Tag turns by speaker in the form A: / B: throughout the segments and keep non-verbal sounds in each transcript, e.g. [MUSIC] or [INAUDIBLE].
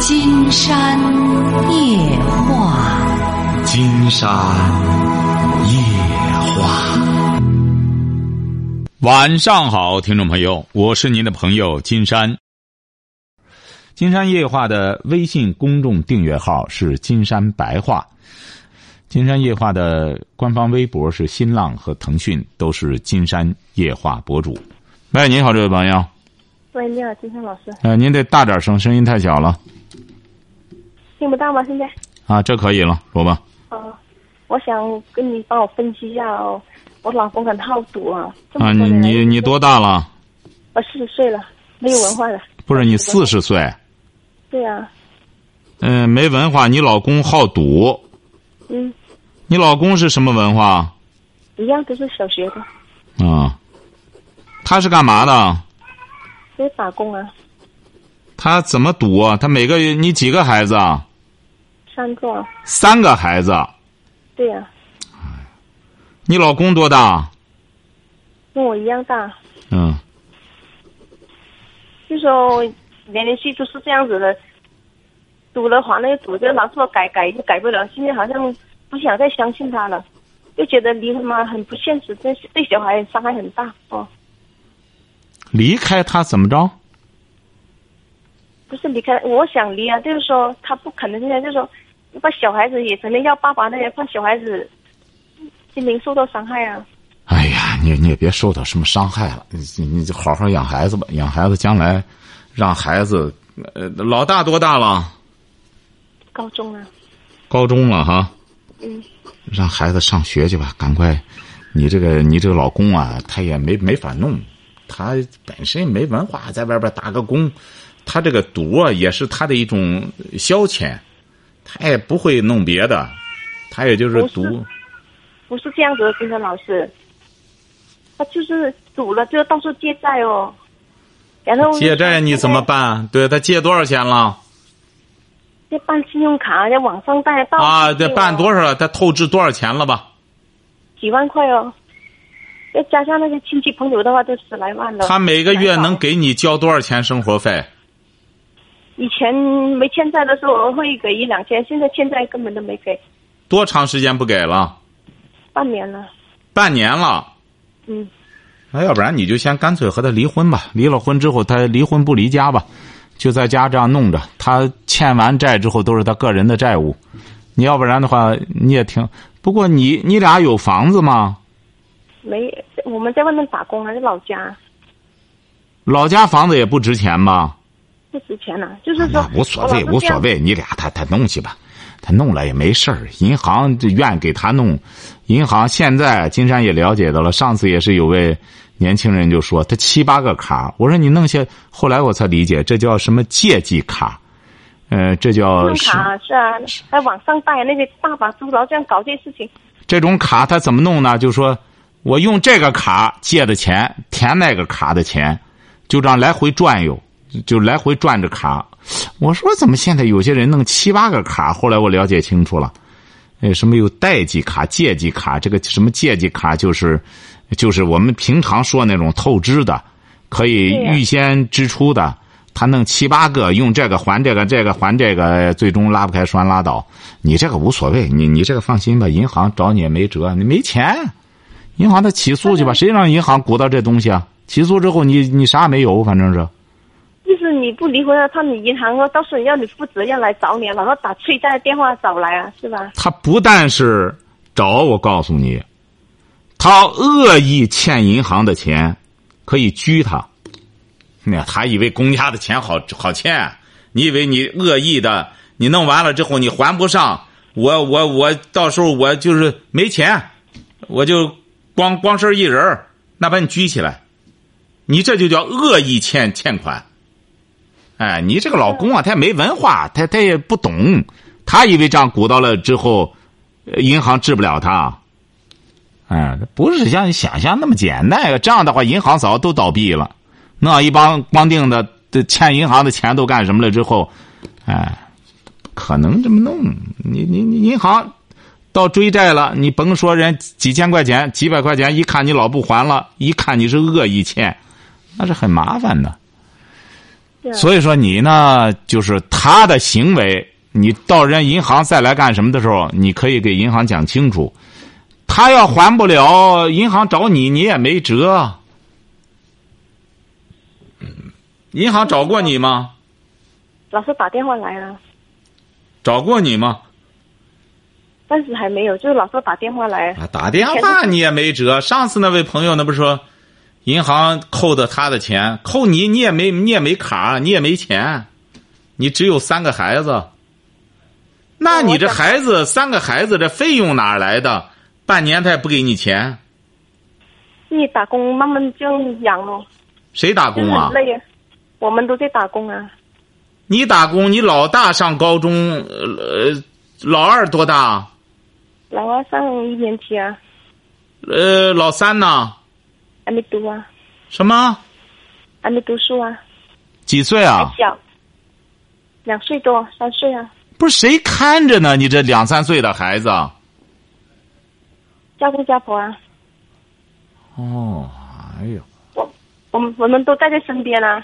A: 金山夜话。
B: 金山夜话。晚上好，听众朋友，我是您的朋友金山。金山夜话的微信公众订阅号是“金山白话”，金山夜话的官方微博是新浪和腾讯，都是金山夜话博主。喂，哎您好，这位朋友，
C: 喂，你好，金山老师，
B: 呃，您得大点声，声音太小了
C: 听不到吗？现在？
B: 啊，这可以了，说吧。
C: 啊，我想跟你帮我分析一下哦，我老公很好赌啊。这么
B: 啊，
C: 多
B: 你
C: 年来
B: 你你？多大了？
C: 我四十岁了，没有文化了。
B: 不是你四十岁，
C: 对啊，
B: 嗯、没文化。你老公好赌，
C: 嗯，
B: 你老公是什么文化
C: 一样都是小学的，
B: 啊？他是干嘛的？
C: 都是打工啊，
B: 他怎么赌啊？他每个月你几个孩子？啊？
C: 三个啊，
B: 三个孩子。
C: 对啊，
B: 你老公多大？
C: 跟我一样大。
B: 嗯，
C: 就说连连续都是这样子的，赌了还了又赌，就老是改改又改不了，现在好像不想再相信他了，又觉得离婚嘛很不现实，对对小孩伤害很大哦。
B: 离开他怎么着？
C: 不是离开，我想离啊，就是说他不可能现在，就是说把小孩子也肯定要爸爸那样，怕小孩子嗯心灵受到伤害啊。
B: 哎呀，你你也别受到什么伤害了，你你你就好好养孩子吧，养孩子将来，让孩子，呃，老大多大了？
C: 高中啊，
B: 高中了哈。
C: 嗯，
B: 让孩子上学去吧，赶快！你这个你这个老公啊，他也没没法弄，他本身也没文化，在外边打个工，他这个赌啊也是他的一种消遣，他也不会弄别的，他也就是
C: 不
B: 赌
C: 是。不是这样子的，金山老师，他就是赌了，就到处借债哦，然后
B: 借债你怎么？办？对他借多少钱了？
C: 在办信用卡，在网上贷，到处
B: 啊，
C: 借
B: 这
C: 哦
B: 办多少了？他透支多少钱了吧？
C: 几万块哦，再加上那些亲戚朋友的话，就十来万了。
B: 他每个月
C: 难搞
B: 能给你交多少钱生活费？
C: 以前没欠债的时候我会给一两千，现在欠债根本都没给，
B: 多长时间不给了？
C: 半年了，
B: 半年了。
C: 嗯。
B: 那要不然你就先干脆和他离婚吧。离了婚之后，他离婚不离家吧，就在家这样弄着。他欠完债之后都是他个人的债务，你要不然的话你也挺。不过你你俩有房子吗？
C: 没，我们在外面打工还是老家，
B: 老家房子也不值钱吧？
C: 不值钱了、就是说、
B: 哎啊无所谓，
C: 我老
B: 无
C: 是这样
B: 所。谓，你俩他他弄去吧，他弄了也没事儿。银行就愿给他弄，银行现在金山也了解到了，上次也是有位年轻人就说他七八个卡，我说你弄些，后来我才理解这叫什么借记卡，呃，这叫
C: 信用
B: 是
C: 卡是啊，还网上贷那些大把猪，然后这样搞这些事情，
B: 这种卡他怎么弄呢？就说我用这个卡借的钱填那个卡的钱，就这样来回转悠，就来回转着卡。我说怎么现在有些人弄七八个卡？后来我了解清楚了，呃，什么有贷记卡、借记卡，这个什么借记卡就是，就是我们平常说那种透支的，可以
C: 对呀
B: 预先支出的。他弄七八个，用这个还这个，这个还这个，最终拉不开栓拉倒。你这个无所谓，你你这个放心吧，银行找你也没辙，你没钱，银行他起诉去吧，谁让银行鼓捣这东西啊？起诉之后你你啥也没有，反正是。
C: 就是你不离婚啊，怕你银行啊，到时候要你负责要来找你啊，然后打催债电话找来啊，是吧？
B: 他不但是找我告诉你，他恶意欠银行的钱，可以拘他。那他以为公家的钱好好欠，啊你以为你恶意的，你弄完了之后你还不上，我我我到时候我就是没钱，我就光光身一人儿那把你拘起来，你这就叫恶意欠欠款。哎，你这个老公啊，他也没文化，他他也不懂，他以为这样鼓捣了之后，呃银行治不了他。哎，不是像你想象那么简单呀！这样的话，银行早都倒闭了。那一帮光腚的这欠银行的钱都干什么了？之后，哎，不可能这么弄。你你你银行到追债了，你甭说人几千块钱、几百块钱，一看你老不还了，一看你是恶意欠，那是很麻烦的。
C: 是
B: 所以说你呢，就是他的行为，你到人银行再来干什么的时候，你可以给银行讲清楚。他要还不了，银行找你，你也没辙。嗯银行找过你吗？
C: 老师打电话来啊了，
B: 找过你吗？
C: 但是还没有，就是老师打电话来，
B: 啊，打电话你也没辙。上次那位朋友那不是说，银行扣的他的钱，扣你你也没你也没卡，你也没钱，你只有三个孩子。那你这孩子三个孩子这费用哪儿来的？半年他也不给你钱，
C: 你打工慢慢这样养咯，
B: 谁打
C: 就是
B: 工啊
C: 很？累啊。我们都在打工啊，
B: 你打工，你老大上高中，呃，老二多大？
C: 老二上一年级啊，
B: 呃，老三呢？
C: 还没读啊，
B: 什么？
C: 还没读书啊，
B: 几岁啊？
C: 小，两岁多，三岁啊，
B: 不是谁看着呢？你这两三岁的孩子。
C: 家公家婆啊，
B: 哦，哎呦，
C: 我我们我们都在在身边啊，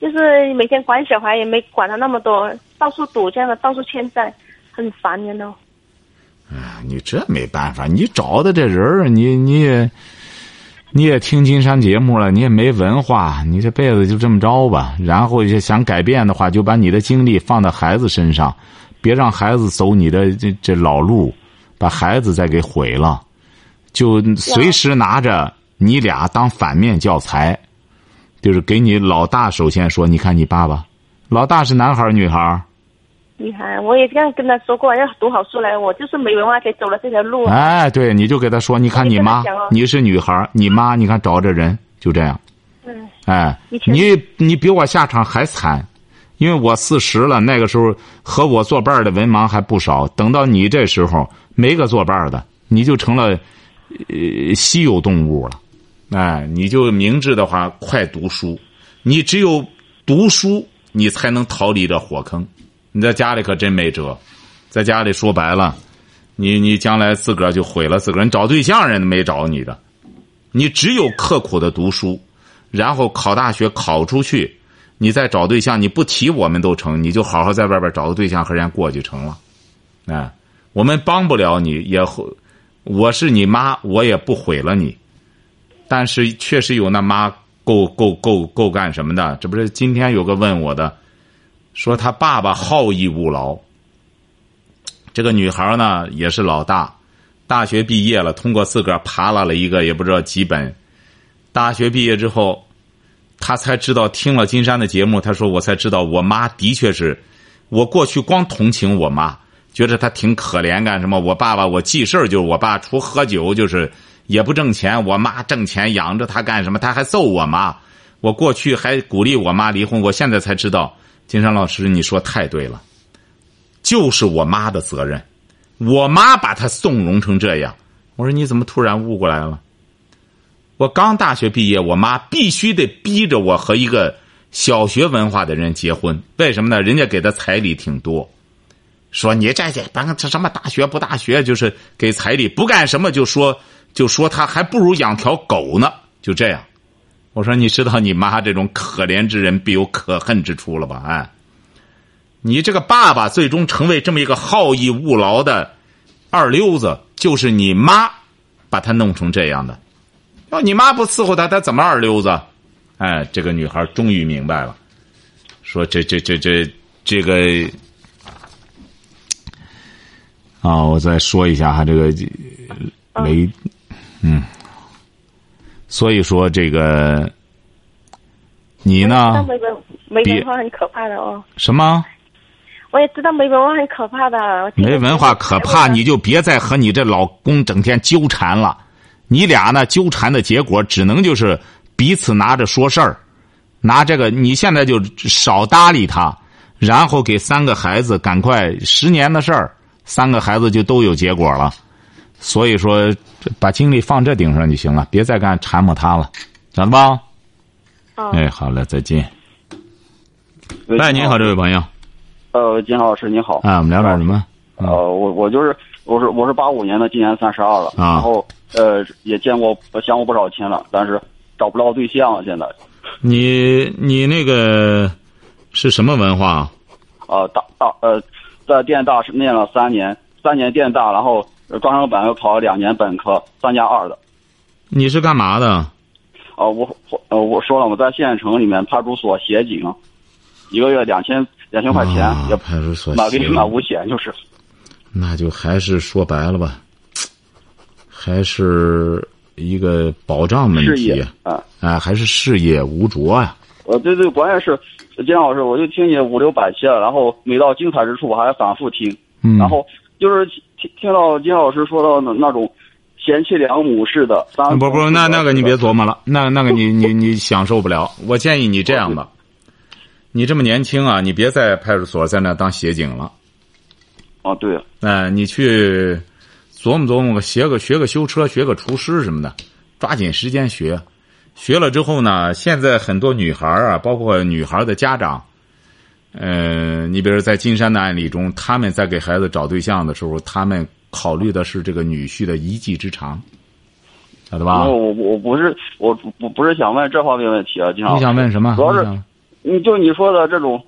C: 就是每天管小孩也没管他那么多，到处赌这样的，到处欠债，很烦人哦。
B: 哎你这没办法，你找的这人儿，你你也你也听金山节目了，你也没文化，你这辈子就这么着吧。然后也想改变的话，就把你的精力放到孩子身上，别让孩子走你的这这老路，把孩子再给毁了。就随时拿着你俩当反面教材，就是给你老大首先说，你看你爸爸，老大是男孩儿女孩儿？
C: 你看，我也这样跟他说过，要读好书来，我就是没文化才走了这条路啊。
B: 哎，对，你就给他说，你看你妈
C: 我就跟他讲了，
B: 你是女孩儿，你妈，你看找这人就这样。
C: 嗯，
B: 哎，
C: 以前
B: 你你比我下场还惨，因为我四十了，那个时候和我作伴儿的文盲还不少。等到你这时候，没个作伴儿的，你就成了呃稀有动物了。哎，你就明智的话，快读书。你只有读书，你才能逃离这火坑。你在家里可真没辙，在家里说白了，你你将来自个儿就毁了自个儿。你找对象人都没找你的，你只有刻苦的读书，然后考大学考出去，你再找对象，你不提我们都成，你就好好在外边找个对象和人家过就成了。哎，我们帮不了你，也会，我是你妈，我也不毁了你，但是确实有那妈够够够够干什么的？这不是今天有个问我的，说他爸爸好逸恶劳。这个女孩呢也是老大，大学毕业了，通过自个儿扒拉了一个也不知道几本。大学毕业之后，她才知道听了金山的节目，她说我才知道我妈的确是，我过去光同情我妈，觉得她挺可怜，干什么？我爸爸我记事儿就是我爸除喝酒就是也不挣钱，我妈挣钱养着她干什么？她还揍我妈，我过去还鼓励我妈离婚，我现在才知道，金山老师你说太对了。就是我妈的责任，我妈把她纵容成这样。我说你怎么突然悟过来了？我刚大学毕业，我妈必须得逼着我和一个小学文化的人结婚。为什么呢？人家给的彩礼挺多，说你这这甭这什么大学不大学，就是给彩礼，不干什么就说就说他还不如养条狗呢，就这样。我说你知道你妈这种可怜之人必有可恨之处了吧？哎。你这个爸爸最终成为这么一个好逸恶劳的二流子，就是你妈把他弄成这样的。要你妈不伺候他，他怎么二流子？哎，这个女孩终于明白了，说这这这这这个啊，我再说一下哈，这个
C: 嗯
B: 雷，嗯，所以说这个你
C: 但
B: 呢？
C: 没文没
B: 啊别
C: 文化很可怕的哦。
B: 什么？
C: 我也知道没文化很可怕的。我听
B: 没文化可怕，你就别再和你这老公整天纠缠了。你俩呢纠缠的结果，只能就是彼此拿着说事儿，拿这个。你现在就少搭理他，然后给三个孩子赶快十年的事儿，三个孩子就都有结果了。所以说，这把精力放这顶上就行了，别再干缠磨他了，晓得吧？
C: 哦
B: 哎，好嘞，再见。喂，
D: 喂
B: 哎您好，。这位朋友，
D: 呃，金浩老师，你好。
B: 啊，我们聊点什么？嗯
D: 呃，我我就是我是我是八五年的，今年三十二了。
B: 啊
D: 然后呃，也见过想过不少亲了，但是找不着对象，现在
B: 你你那个是什么文化？啊
D: 呃，大大呃，在电大是念了三年，三年电大，然后呃专升本又考了两年本科，三加二的。
B: 你是干嘛的？
D: 啊，我我呃我说了，我在县城里面派出所协警，一个月两千两千块钱，
B: 啊
D: 也
B: 派出所
D: 满
B: 协
D: 给
B: 警
D: 满五险就是。
B: 那就还是说白了吧，还是一个保障问
D: 事
B: 题
D: 业啊，
B: 啊，还是事业无着啊呀、
D: 我呃对对，关键是金老师，我就听你五六百期了，然后每到精彩之处我还反复听，
B: 嗯，
D: 然后就是听听到金老师说到那那种贤妻良母似的，三
B: 嗯
D: 啊
B: 不不，那那个你别
D: 做，
B: 琢磨了，那那个你你你享受不了。我建议你这样吧，你这么年轻啊，你别在派出所在那当协警了，
D: 啊对，
B: 哎、你去琢磨琢磨，学个学个修车，学个厨师什么的，抓紧时间学。学了之后呢，现在很多女孩儿啊，包括女孩儿的家长，呃，你比如在金山的案例中，他们在给孩子找对象的时候，他们考虑的是这个女婿的一技之长，晓得吧
D: 然后？我我不是我不不是想问这方面问题啊，金老
B: 你
D: 师，
B: 想问什么？
D: 主要是
B: 你想
D: 你就你说的这种，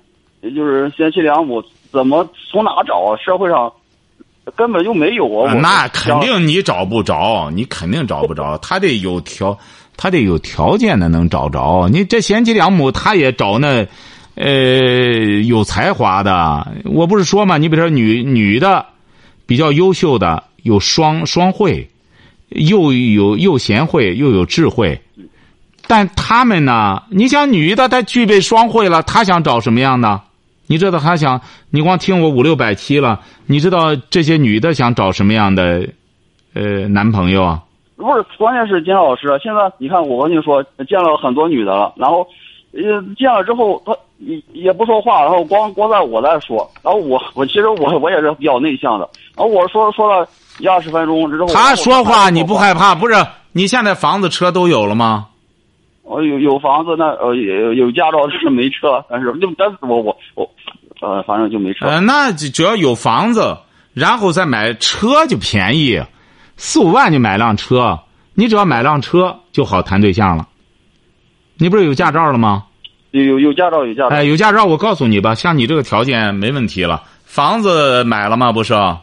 D: 就是贤妻良母，怎么从哪找啊？社会上根本就没有啊！
B: 啊
D: 我
B: 那肯定你找不着，你肯定找不着，他得有条，他得有条件的能找着。你这贤妻良母，他也找那，呃，有才华的。我不是说嘛，你比如说女女的，比较优秀的，有双双慧，又有又贤惠，又有智慧。但他们呢？你想女的，她具备双慧了，她想找什么样的？你知道她想，你光听我五六百期了，你知道这些女的想找什么样的，呃，男朋友啊？
D: 不是，关键是金老师，现在你看，我跟你说，见了很多女的了，然后，呃，见了之后，她也也不说话，然后光光在我在说，然后我我其实我我也是比较内向的，然后我说说了一二十分钟之后，
B: 她说话你不害
D: 还
B: 怕？不是？你现在房子车都有了吗？
D: 呃有有房子那呃有有驾照，但是没车，但是就但是我我我，呃，反正就没车。
B: 呃，那只只要有房子，然后再买车就便宜，四五万就买辆车，你只要买辆车就好谈对象了。你不是有驾照了吗？
D: 有有有驾照，有驾照。
B: 哎，有驾照，我告诉你吧，像你这个条件没问题了。房子买了吗？不是，啊，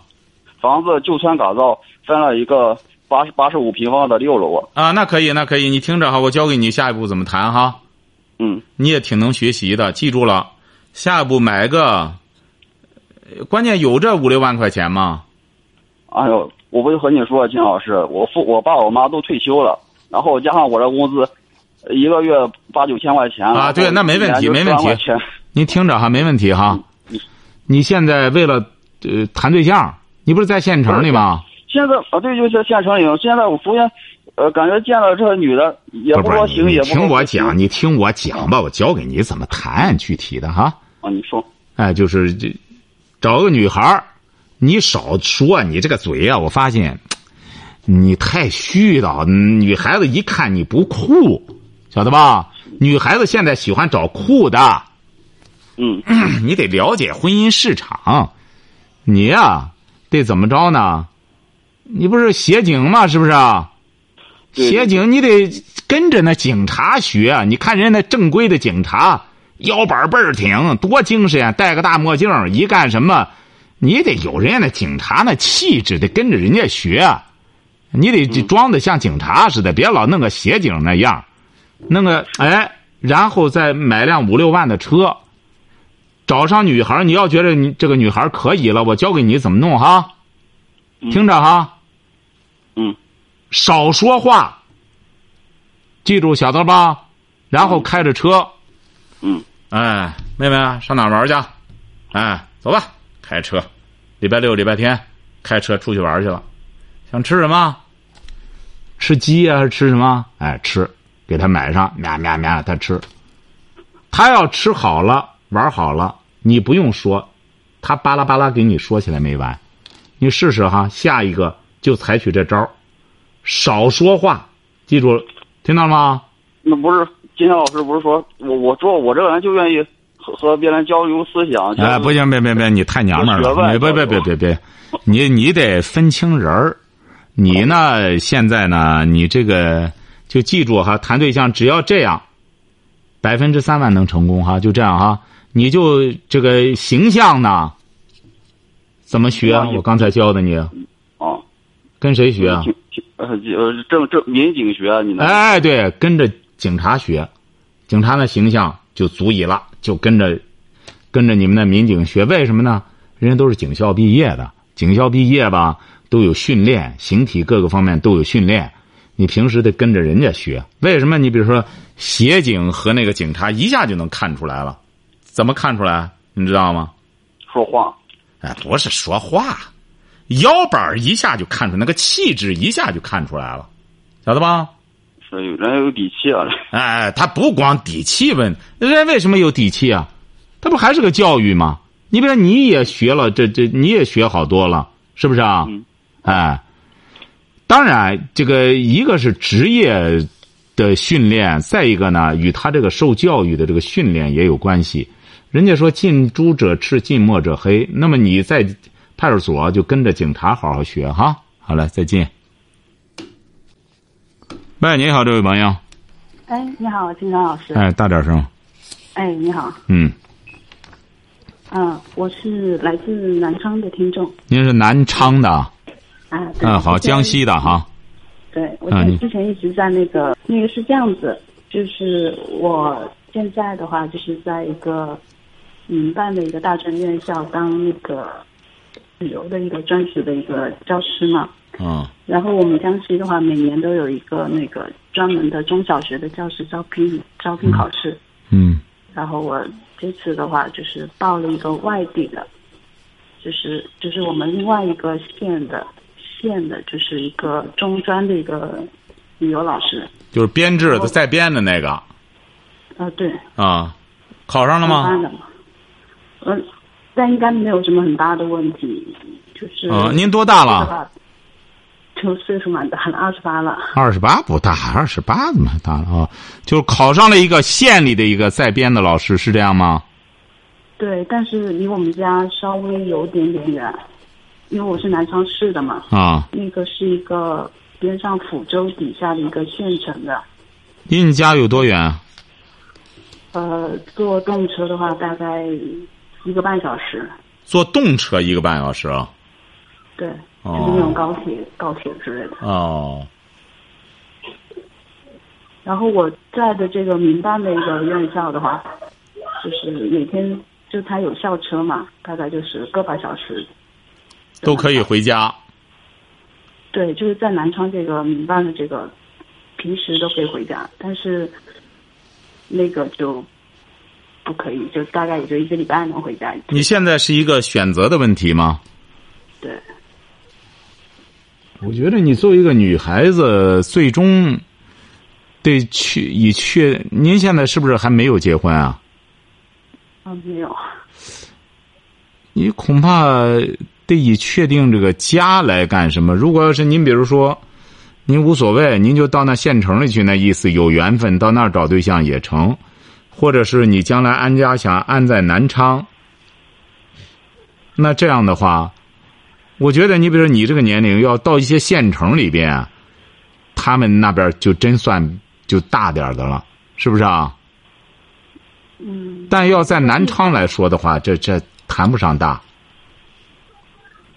D: 房子旧村改造分了一个八十八十五平方的六楼啊。
B: 那可以，那可以，你听着哈，我教给你下一步怎么谈哈。
D: 嗯，
B: 你也挺能学习的，记住了，下一步买个，呃关键有这五六万块钱吗？
D: 哎呦，我不是和你说，金老师，我父我爸我妈都退休了，然后加上我这工资，呃一个月八九千块钱
B: 啊对那没问题没问题
D: 钱
B: 您听着哈，没问题哈。
D: 嗯
B: 你现在为了呃谈对象，你不是在县城里吗？
D: 现在啊，对，就是县城里，现在我发现，呃，感觉见了这女的也
B: 不
D: 说行，
B: 你
D: 也不
B: 听
D: 说
B: 我
D: 不行
B: 讲，你听我讲吧，我教给你怎么谈具体的哈。
D: 啊，你说
B: 哎，就是这，找个女孩儿你少说，你这个嘴啊，我发现你太虚了。女孩子一看你不酷，晓得吧？女孩子现在喜欢找酷的， [CLEARS THROAT]
D: 嗯，
B: 你得了解婚姻市场。你呀、得怎么着呢？你不是协警吗？是不是啊？
D: 对
B: 协警，你得跟着那警察学。啊你看人家那正规的警察，腰板倍儿挺，多精神呀！戴个大墨镜儿，一干什么，你得有人家那警察那气质，得跟着人家学。啊你得
D: 嗯
B: 装的像警察似的，别老弄个协警那样，弄个哎，然后再买辆五六万的车，找上女孩儿。你要觉得你这个女孩儿可以了，我教给你怎么弄哈，听着哈。
D: 嗯，
B: 少说话，记住晓得吧？然后开着车，
D: 嗯，
B: 哎，妹妹啊上哪儿玩去？哎，走吧，开车，礼拜六、礼拜天开车出去玩去了。想吃什么？吃鸡啊呀、还是吃什么？哎，吃，给他买上，喵喵喵，他吃。他要吃好了，玩好了，你不用说，他巴拉巴拉给你说起来没完。你试试哈，下一个就采取这招儿少说话，记住，听到了吗？
D: 那不是金山老师不是说我我说我这个人就愿意和和别人交流思想，交
B: 哎，
D: 流
B: 不行，别别别，你太娘们儿
D: 啊有学
B: 了，
D: 问
B: 你别别别别别，你你得分清人儿。你呢，现在呢，你这个就记住哈，谈对象只要这样，百分之三万能成功哈，就这样哈。你就这个形象呢，怎么学啊？
D: 我也
B: 我刚才教的你，
D: 啊，
B: 跟谁学啊？
D: 警警呃呃正正民警学，你能
B: 哎，对，跟着警察学，警察的形象就足以了，就跟着，跟着你们的民警学。为什么呢？人家都是警校毕业的，警校毕业吧，都有训练，形体各个方面都有训练。你平时得跟着人家学。为什么？你比如说，协警和那个警察一下就能看出来了，怎么看出来？你知道吗？
D: 说话，
B: 哎，不是说话，腰板儿一下就看出那个气质，一下就看出来了，晓得吧？
D: 是有人有底气啊。
B: 哎，他不光底气问，人家为什么有底气啊？他不还是个教育吗？你比如说你也学了，这这你也学好多了，是不是啊？
D: 嗯
B: 哎，当然，这个一个是职业的训练，再一个呢，与他这个受教育的这个训练也有关系。人家说近朱者赤，近墨者黑，那么你在派出所就跟着警察好好学哈。好了，再见。喂，你好，这位朋友。
E: 哎，你好，金刚老师。
B: 哎，大点声。
E: 哎，你好，
B: 嗯，
E: 嗯、我是来自南昌的听众
B: 您是南昌的啊？
E: 啊。对
B: 嗯，好，
E: 之前
B: 江西的哈。
E: 对，我
B: 啊
E: 在
B: 你
E: 之前一直在那个，那个是这样子，就是我现在的话，就是在一个民办的一个大专院校当那个旅游的一个专属的一个教师嘛。
B: 嗯
E: 然后我们江西的话，每年都有一个那个专门的中小学的教师招聘招聘考试。
B: 嗯
E: 然后我这次的话就是报了一个外地的，就是就是我们另外一个县的县的，就是一个中专的一个旅游老师。
B: 就是编制的在编的那个
E: 啊，对，
B: 啊，考上了
E: 当然
B: 吗？
E: 的嘛。嗯，但应该没有什么很大的问题，就是
B: 啊，您多大
E: 这个
B: 了？
E: 吧就岁数蛮大了，二十八了。
B: 二十八不大，二十八怎么还大了啊？就是考上了一个县里的一个在编的老师，是这样吗？
E: 对，但是离我们家稍微有点点远，因为我是南昌市的嘛。
B: 啊，
E: 那个是一个边上抚州底下的一个县城的，
B: 离你家有多远？
E: 呃，坐动车的话大概一个半小时，
B: 坐动车一个半小时啊。
E: 对，就是
B: 哦
E: 那种高铁、高铁之类的。
B: 哦，
E: 然后我在的这个民办的一个院校的话，就是每天就它有校车嘛，大概就是个把小时。
B: 都可以回家。
E: 对，就是在南昌这个民办的这个，平时都可以回家，但是那个就不可以，就大概也就一个礼拜能回家一次。
B: 你现在是一个选择的问题吗？
E: 对。
B: 我觉得你作为一个女孩子，最终得去以确。您现在是不是还没有结婚啊？
E: 嗯，没有。
B: 你恐怕得以确定这个家来干什么。如果要是您，比如说，您无所谓，您就到那县城里去，那意思有缘分，到那儿找对象也成，或者是你将来安家想安在南昌，那这样的话，我觉得你比如说你这个年龄要到一些县城里边，啊他们那边就真算就大点儿的了，是不是啊？
E: 嗯，
B: 但要在南昌来说的话，这这谈不上大。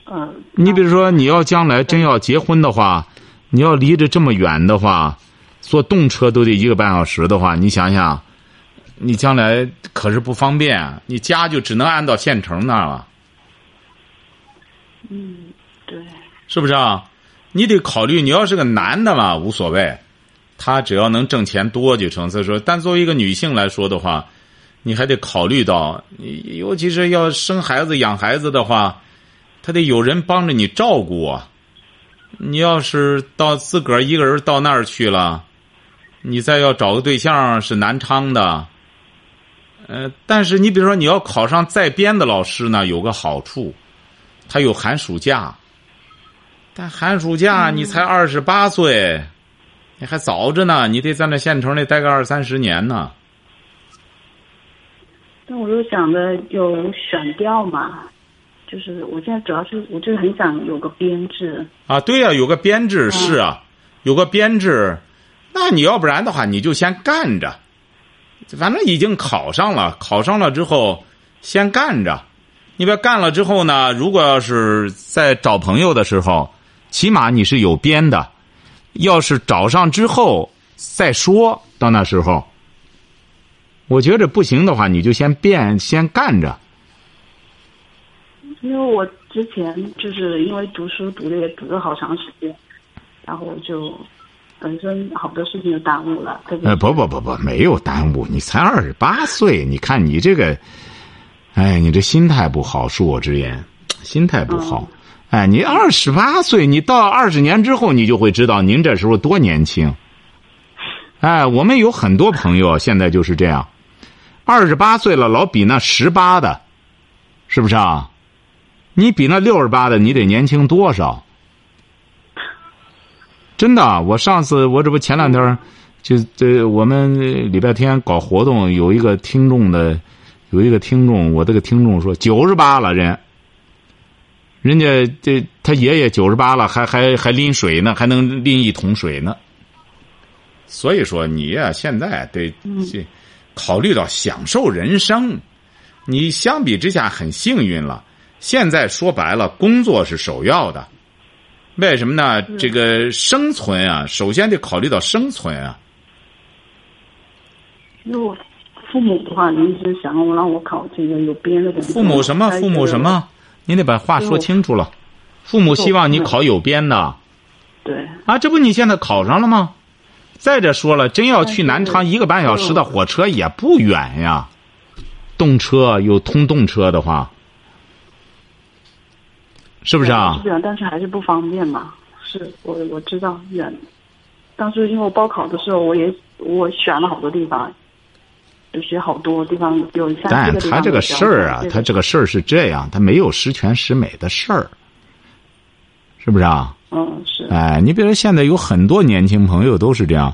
E: 呃，
B: 你比如说，你要将来真要结婚的话，你要离着这么远的话，坐动车都得一个半小时的话，你想想，你将来可是不方便，你家就只能安到县城那儿了，
E: 嗯，对，
B: 是不是啊？你得考虑，你要是个男的嘛，无所谓，他只要能挣钱多就成。所以说，但作为一个女性来说的话，你还得考虑到，你尤其是要生孩子、养孩子的话，他得有人帮着你照顾啊。你要是到自个儿一个人到那儿去了，你再要找个对象是南昌的，呃，但是你比如说你要考上在编的老师呢，有个好处，他有寒暑假。但寒暑假你才二十八岁，你还早着呢，你得在那县城里待个二三十年呢。
E: 但我又想的有选调嘛，就是我现在主要是我就是很想有个编制，
B: 啊，对呀、有个编制是啊，有个编制，那你要不然的话，你就先干着。反正已经考上了，考上了之后先干着，你别干了之后呢，如果要是在找朋友的时候，起码你是有编的，要是找上之后再说，到那时候，我觉着不行的话，你就先变，先干着。
E: 因为我之前就是因为读书读的也读了好长时间，然后我就本身好多事情就耽误了，特别
B: 呃，
E: 是
B: 不不不不，没有耽误，你才二十八岁，你看你这个，哎，你这心态不好，恕我直言，心态不好。哎，你二十八岁，你到二十年之后，你就会知道您这时候多年轻。哎，我们有很多朋友现在就是这样，二十八岁了，老比那十八的，是不是啊？你比那六十八的，你得年轻多少？真的，啊我上次我这不前两天儿，就这我们呃礼拜天搞活动，有一个听众的，有一个听众，我这个听众说九十八了人，人家这他爷爷九十八了，还还还拎水呢，还能拎一桶水呢。所以说你呀、现在得去考虑到享受人生，你相比之下很幸运了。现在说白了，工作是首要的，为什么呢？这个生存啊，首先得考虑到生存啊。
E: 因为我父母的话一直想要让我考这个有编的工作
B: 父母什么？
E: 但是
B: 父母什么？您得把
E: 哎
B: 话说清楚了。父母希望你考有编的
E: 对，
B: 啊，这不你现在考上了吗？再者说了，真要去南昌一个半小时的火车也不远呀，动车有通动车的话，是不是啊？
E: 是远，但是还是不方便嘛。是我我知道远，当时因为我报考的时候，我也我选了好多地方，就是好多地方有三四
B: 但
E: 个地方
B: 他这个
E: 我选
B: 事儿啊
E: 对，
B: 他这个事儿是这样，他没有十全十美的事儿，是不是啊？
E: 嗯是
B: 哎，你比如说现在有很多年轻朋友都是这样，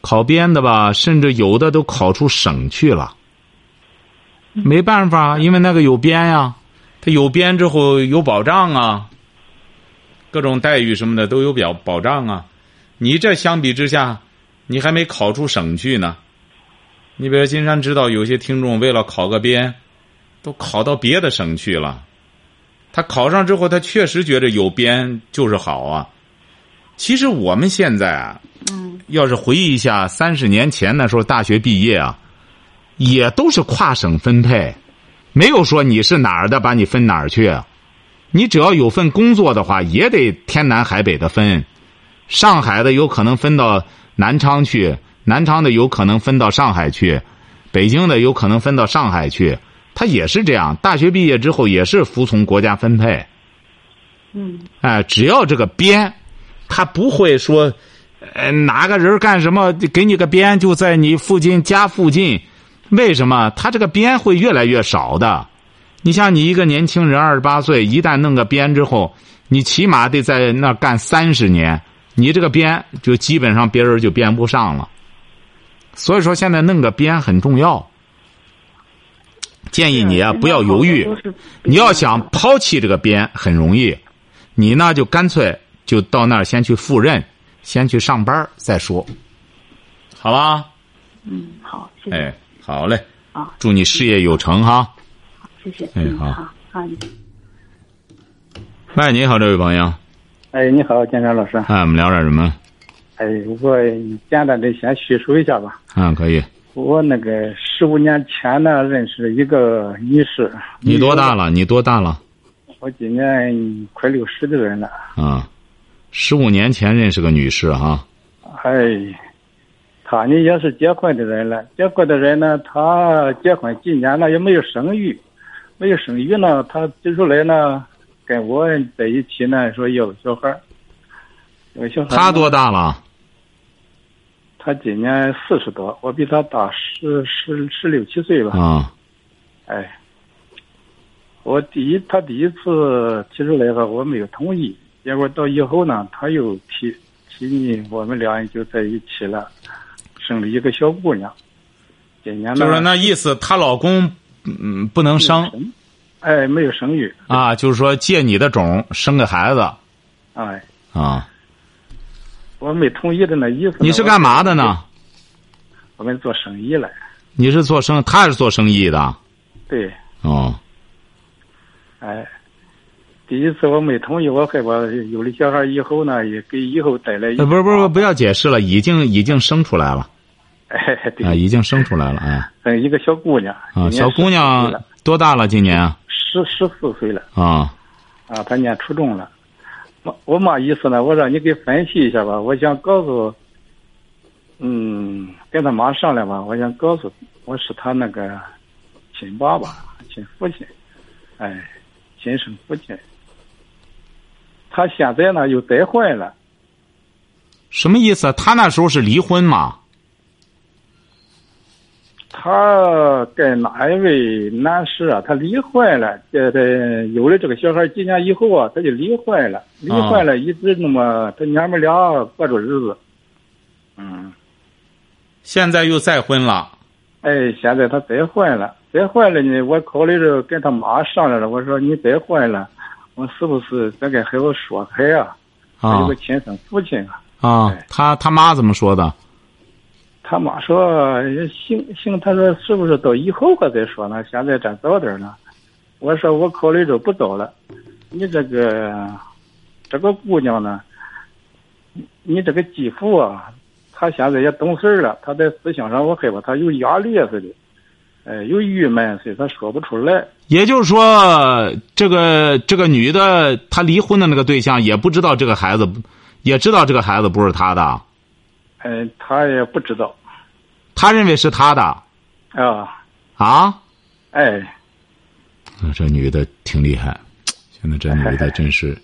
B: 考编的吧，甚至有的都考出省去了。没办法，因为那个有编呀、他有编之后有保障啊，各种待遇什么的都有表保障啊。你这相比之下，你还没考出省去呢。你比如金山知道有些听众为了考个编，都考到别的省去了。他考上之后，他确实觉着有编就是好啊。其实我们现在啊，
E: 嗯
B: 要是回忆一下三十年前那时候大学毕业啊，也都是跨省分配，没有说你是哪儿的把你分哪儿去。啊你只要有份工作的话，也得天南海北的分，上海的有可能分到南昌去，南昌的有可能分到上海去，北京的有可能分到上海去。他也是这样，大学毕业之后也是服从国家分配。
E: 嗯
B: 哎，只要这个编，他不会说，呃，哪个人干什么，给你个编就在你附近家附近。为什么？他这个编会越来越少的。你像你一个年轻人，二十八岁，一旦弄个编之后，你起码得在那儿干三十年，你这个编就基本上别人就编不上了。所以说，现在弄个编很重要。建议你啊，
E: 对
B: 不要犹豫。
E: 哎现在好多都是
B: 你要想抛弃这个编很容易，你呢就干脆就到那儿先去赴任，先去上班儿再说，好吧？
E: 嗯好谢谢、
B: 哎，好嘞，
E: 啊
B: 祝你事业有成哈！
E: 谢谢
B: 哎
E: 嗯
B: 好
E: 好啊你
B: 喂，你好，这位朋友，
F: 哎，你好，建山老师。
B: 哎，我们聊点什么？
F: 哎，我简单的先叙述一下吧。
B: 啊，可以。
F: 我那个十五年前呢，认识一个女士。
B: 你多大？了？你多大了？
F: 我今年快六十的人了。
B: 啊，十五年前认识个女士哈，
F: 哎，她呢也是结婚的人了。结婚的人呢，她结婚几年了也没有生育，没有生育呢，她提出来呢，跟我在一起呢，说要个小孩儿。有个小孩儿呢
B: 她多大了？
F: 他今年四十多，我比他大十十十六七岁吧。
B: 啊，
F: 哎，我第一他第一次提出来后，我没有同意，结果到以后呢，他又提提你，我们俩人就在一起了，生了一个小姑娘。今年呢，
B: 就是那意思，她老公嗯不能生
F: 哎，没有生育，
B: 啊，就是说借你的种生个孩子
F: 哎，
B: 啊。
F: 我没同意的那意思呢。
B: 你是干嘛的呢？
F: 我？我们做生意了，
B: 你是做生，他是做生意的
F: 对，
B: 哦。
F: 哎，第一次我没同意，我害怕有了小孩以后呢，也给以后带来一
B: 呃，不是不是，不要解释了，已经已经生出来了
F: 哎，
B: 啊，
F: 对，
B: 已经生出来了啊
F: 嗯，一个小姑娘
B: 啊！小姑娘多大了？今年啊
F: 十十四岁了
B: 啊
F: 啊，她念初中了。我我嘛意思呢，我让你给分析一下吧，我想告诉，嗯，跟他妈商量吧，我想告诉我是他那个亲爸爸、亲父亲，哎，亲生父亲。他现在呢又再婚了，
B: 什么意思啊？他那时候是离婚嘛？
F: 他跟哪一位男士啊？他离婚了，这这有了这个小孩几年以后啊，他就离婚了，离婚了，一直那么他娘们俩过着日子。嗯，
B: 现在又再婚了。
F: 哎，现在他再婚了，再婚了呢，我考虑着跟他妈商量了，我说你再婚了，我是不是再跟孩子说开啊？他
B: 啊
F: 有个亲生父亲啊，
B: 啊！他他妈怎么说的？
F: 他妈说行行，他说是不是到以后可再说呢？现在咱早点呢。我说我考虑着不早了。你这个这个姑娘呢，你你这个继父啊，他现在也懂事儿了，他在思想上我害怕他有压力似的，呃，有郁闷，所以他说不出来。
B: 也就是说，这个这个女的，她离婚的那个对象也不知道这个孩子，也知道这个孩子不是她的，
F: 嗯、他也不知道
B: 她认为是她的
F: 啊，
B: 啊。
F: 哎，
B: 啊这女的挺厉害，现在这女的真是，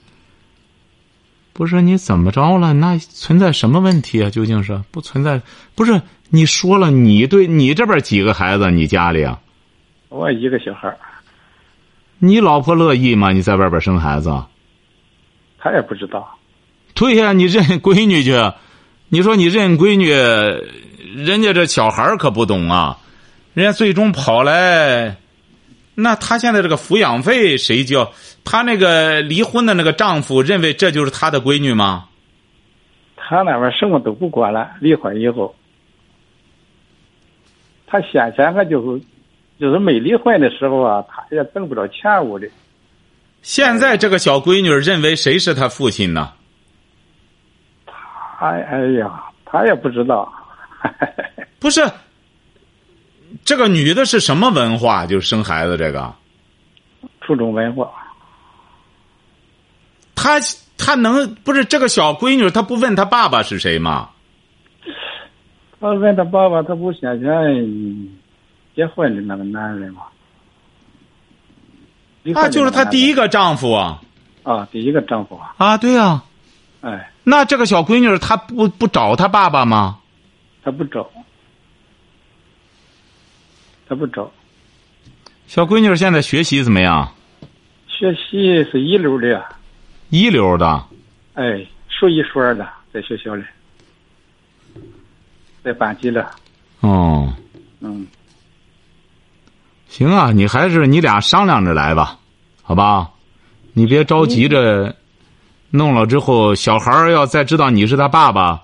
B: 不是你怎么着了？那存在什么问题啊？究竟是不存在？不是你说了，你对你这边几个孩子，你家里啊，
F: 我一个小孩儿，
B: 你老婆乐意吗？你在外边生孩子啊？
F: 他也不知道。
B: 对呀、你认闺女去，你说你认闺女，人家这小孩儿可不懂啊，人家最终跑来，那她现在这个抚养费谁交？她那个离婚的那个丈夫认为这就是她的闺女吗？
F: 他那边什么都不管了，离婚以后，他先前还就是，就是没离婚的时候啊，他也挣不着钱屋里，
B: 现在这个小闺女认为谁是她父亲呢？
F: 哎哎呀，他也不知道， [LAUGHS]
B: 不是，这个女的是什么文化？就是生孩子这个，
F: 初中文化，
B: 她她能不是这个小闺女，她不问她爸爸是谁吗？
F: 他问他爸爸，他不先前嗯结婚的那个男人吗？离婚
B: 啊，
F: 的
B: 就是她第一
F: 个
B: 个丈夫啊。
F: 啊，第一个丈夫啊，
B: 啊，对啊，
F: 哎，
B: 那这个小闺女儿她不不找她爸爸吗？
F: 他不找，他不找，
B: 小闺女儿现在学习怎么样？
F: 学习是一流的啊。
B: 一流的。
F: 哎，数一数二的，在学校里，在班级里，
B: 哦，
F: 嗯，
B: 行啊，你还是你俩商量着来吧，好吧？你别着急着，弄了之后，小孩儿要再知道你是他爸爸，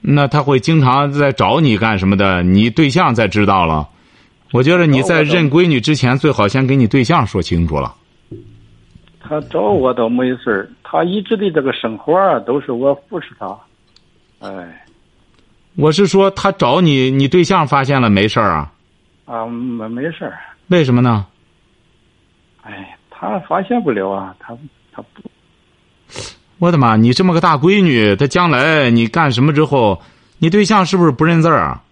B: 那他会经常在找你干什么的。你对象再知道了，我觉得你在认闺女之前，最好先给你对象说清楚了。
F: 他找我倒没事儿，他一直的这个生活啊都是我扶持他，哎，
B: 我是说，他找你，你对象发现了没事儿啊？
F: 啊，没没事儿，
B: 为什么呢？
F: 哎，他发现不了啊，他他不，
B: 我的妈！你这么个大闺女，她将来你干什么之后，你对象是不是不认字儿啊？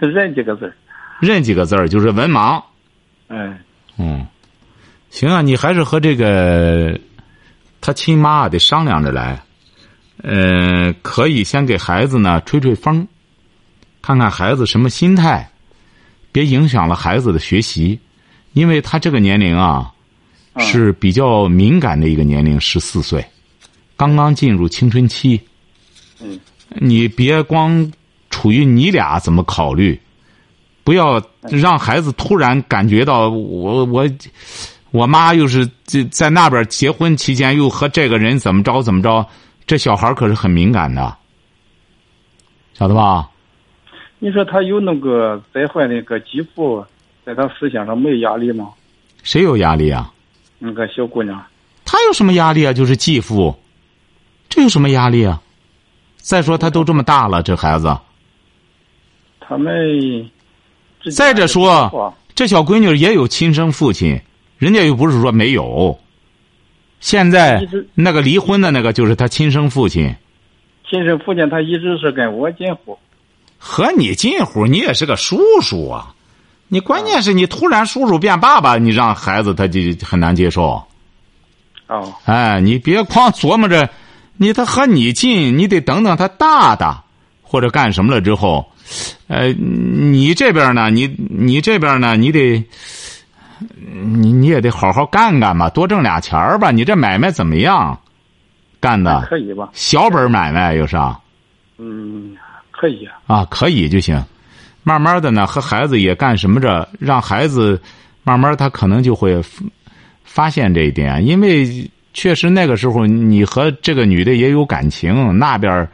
F: 认几个字儿，
B: 认几个字儿就是文盲。
F: 哎，
B: 嗯，行啊，你还是和这个他亲妈啊得商量着来。呃，可以先给孩子呢吹吹风，看看孩子什么心态，别影响了孩子的学习，因为他这个年龄啊是比较敏感的一个年龄，十四岁，刚刚进入青春期。
F: 嗯，
B: 你别光处于你俩怎么考虑，不要让孩子突然感觉到我我我妈又是这在那边结婚期间又和这个人怎么着怎么着，这小孩可是很敏感的，晓得吧？
F: 你说他有那个再婚那个继父，在他思想上没有压力吗？
B: 谁有压力啊？
F: 那个小姑娘，
B: 他有什么压力啊？就是继父，这有什么压力啊？再说他都这么大了，这孩子。
F: 他们之间
B: 再者
F: 还是不错
B: 说，这小闺女也有亲生父亲，人家又不是说没有。现在
F: 一直
B: 那个离婚的那个就是他亲生父亲，
F: 亲生父亲他一直是跟我进户，
B: 和你近乎，你也是个叔叔啊。你关键是你突然叔叔变爸爸，你让孩子他就很难接受。
F: 哦，
B: 哎，你别光琢磨着，你他和你近，你得等等他大大或者干什么了之后，呃，你这边呢，你你这边呢，你得，你你也得好好干干吧，多挣俩钱儿吧。你这买卖怎么样？干的
F: [LAUGHS] 可以吧？
B: 小本儿买卖又是啊
F: 嗯，可以啊，
B: 啊，可以就行。慢慢的呢，和孩子也干什么着，让孩子慢慢他可能就会发发现这一点，啊因为确实那个时候你和这个女的也有感情，那边儿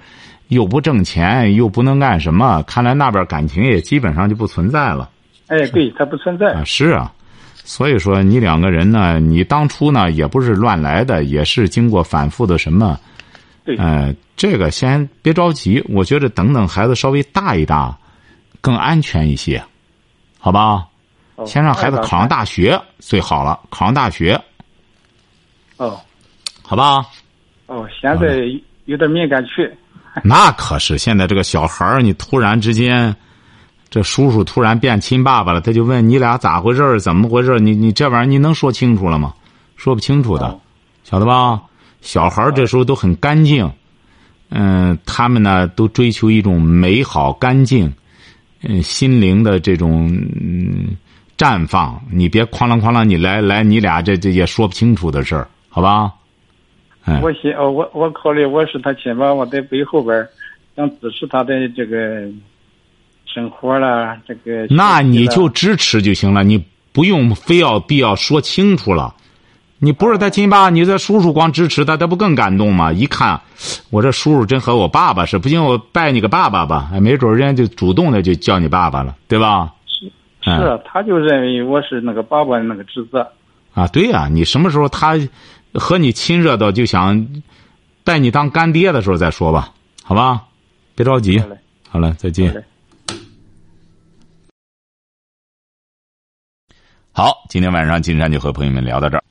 B: 又不挣钱，又不能干什么，看来那边儿感情也基本上就不存在了。
F: 哎，对，他不存在
B: 啊，，是啊，所以说你两个人呢，你当初呢也不是乱来的，也是经过反复的什么，
F: 对
B: 呃，这个先别着急，我觉得等等孩子稍微大一大，更安全一些，好吧？
F: 哦
B: 先让孩子
F: 那
B: 考上大学最好了，考上大学，
F: 哦
B: 好吧？
F: 哦，现在有点敏感区，
B: [LAUGHS] 那可是现在这个小孩儿，你突然之间，这叔叔突然变亲爸爸了，他就问你俩咋回事儿，怎么回事儿？你你这玩意儿你能说清楚了吗？说不清楚的，
F: 哦
B: 晓得吧？小孩儿这时候都很干净，嗯、他们呢都追求一种美好、干净，嗯、心灵的这种嗯绽放。你别哐啷哐啷，你来来，你俩这这也说不清楚的事儿，好吧？哎
F: 我寻哦，我我考虑我是他亲妈，我在背后边儿想支持他的这个生活啦，这个
B: 那你
F: 学习
B: 就
F: 啦
B: 支持就行了，你不用非要必要说清楚了。你不是他亲爸，你这叔叔光支持他，他不更感动吗？一看，我这叔叔真和我爸爸似，不行我拜你个爸爸吧，哎没准儿人家就主动的就叫你爸爸了，对吧？
F: 是
B: 嗯
F: 啊，他就认为我是那个爸爸那个侄子，
B: 啊，对呀、你什么时候他和你亲热到就想带你当干爹的时候再说吧，好吧？别着急
F: 好嘞，
B: 好了，再
F: 好
B: 见
F: 嘞。
B: 好，今天晚上金山就和朋友们聊到这儿。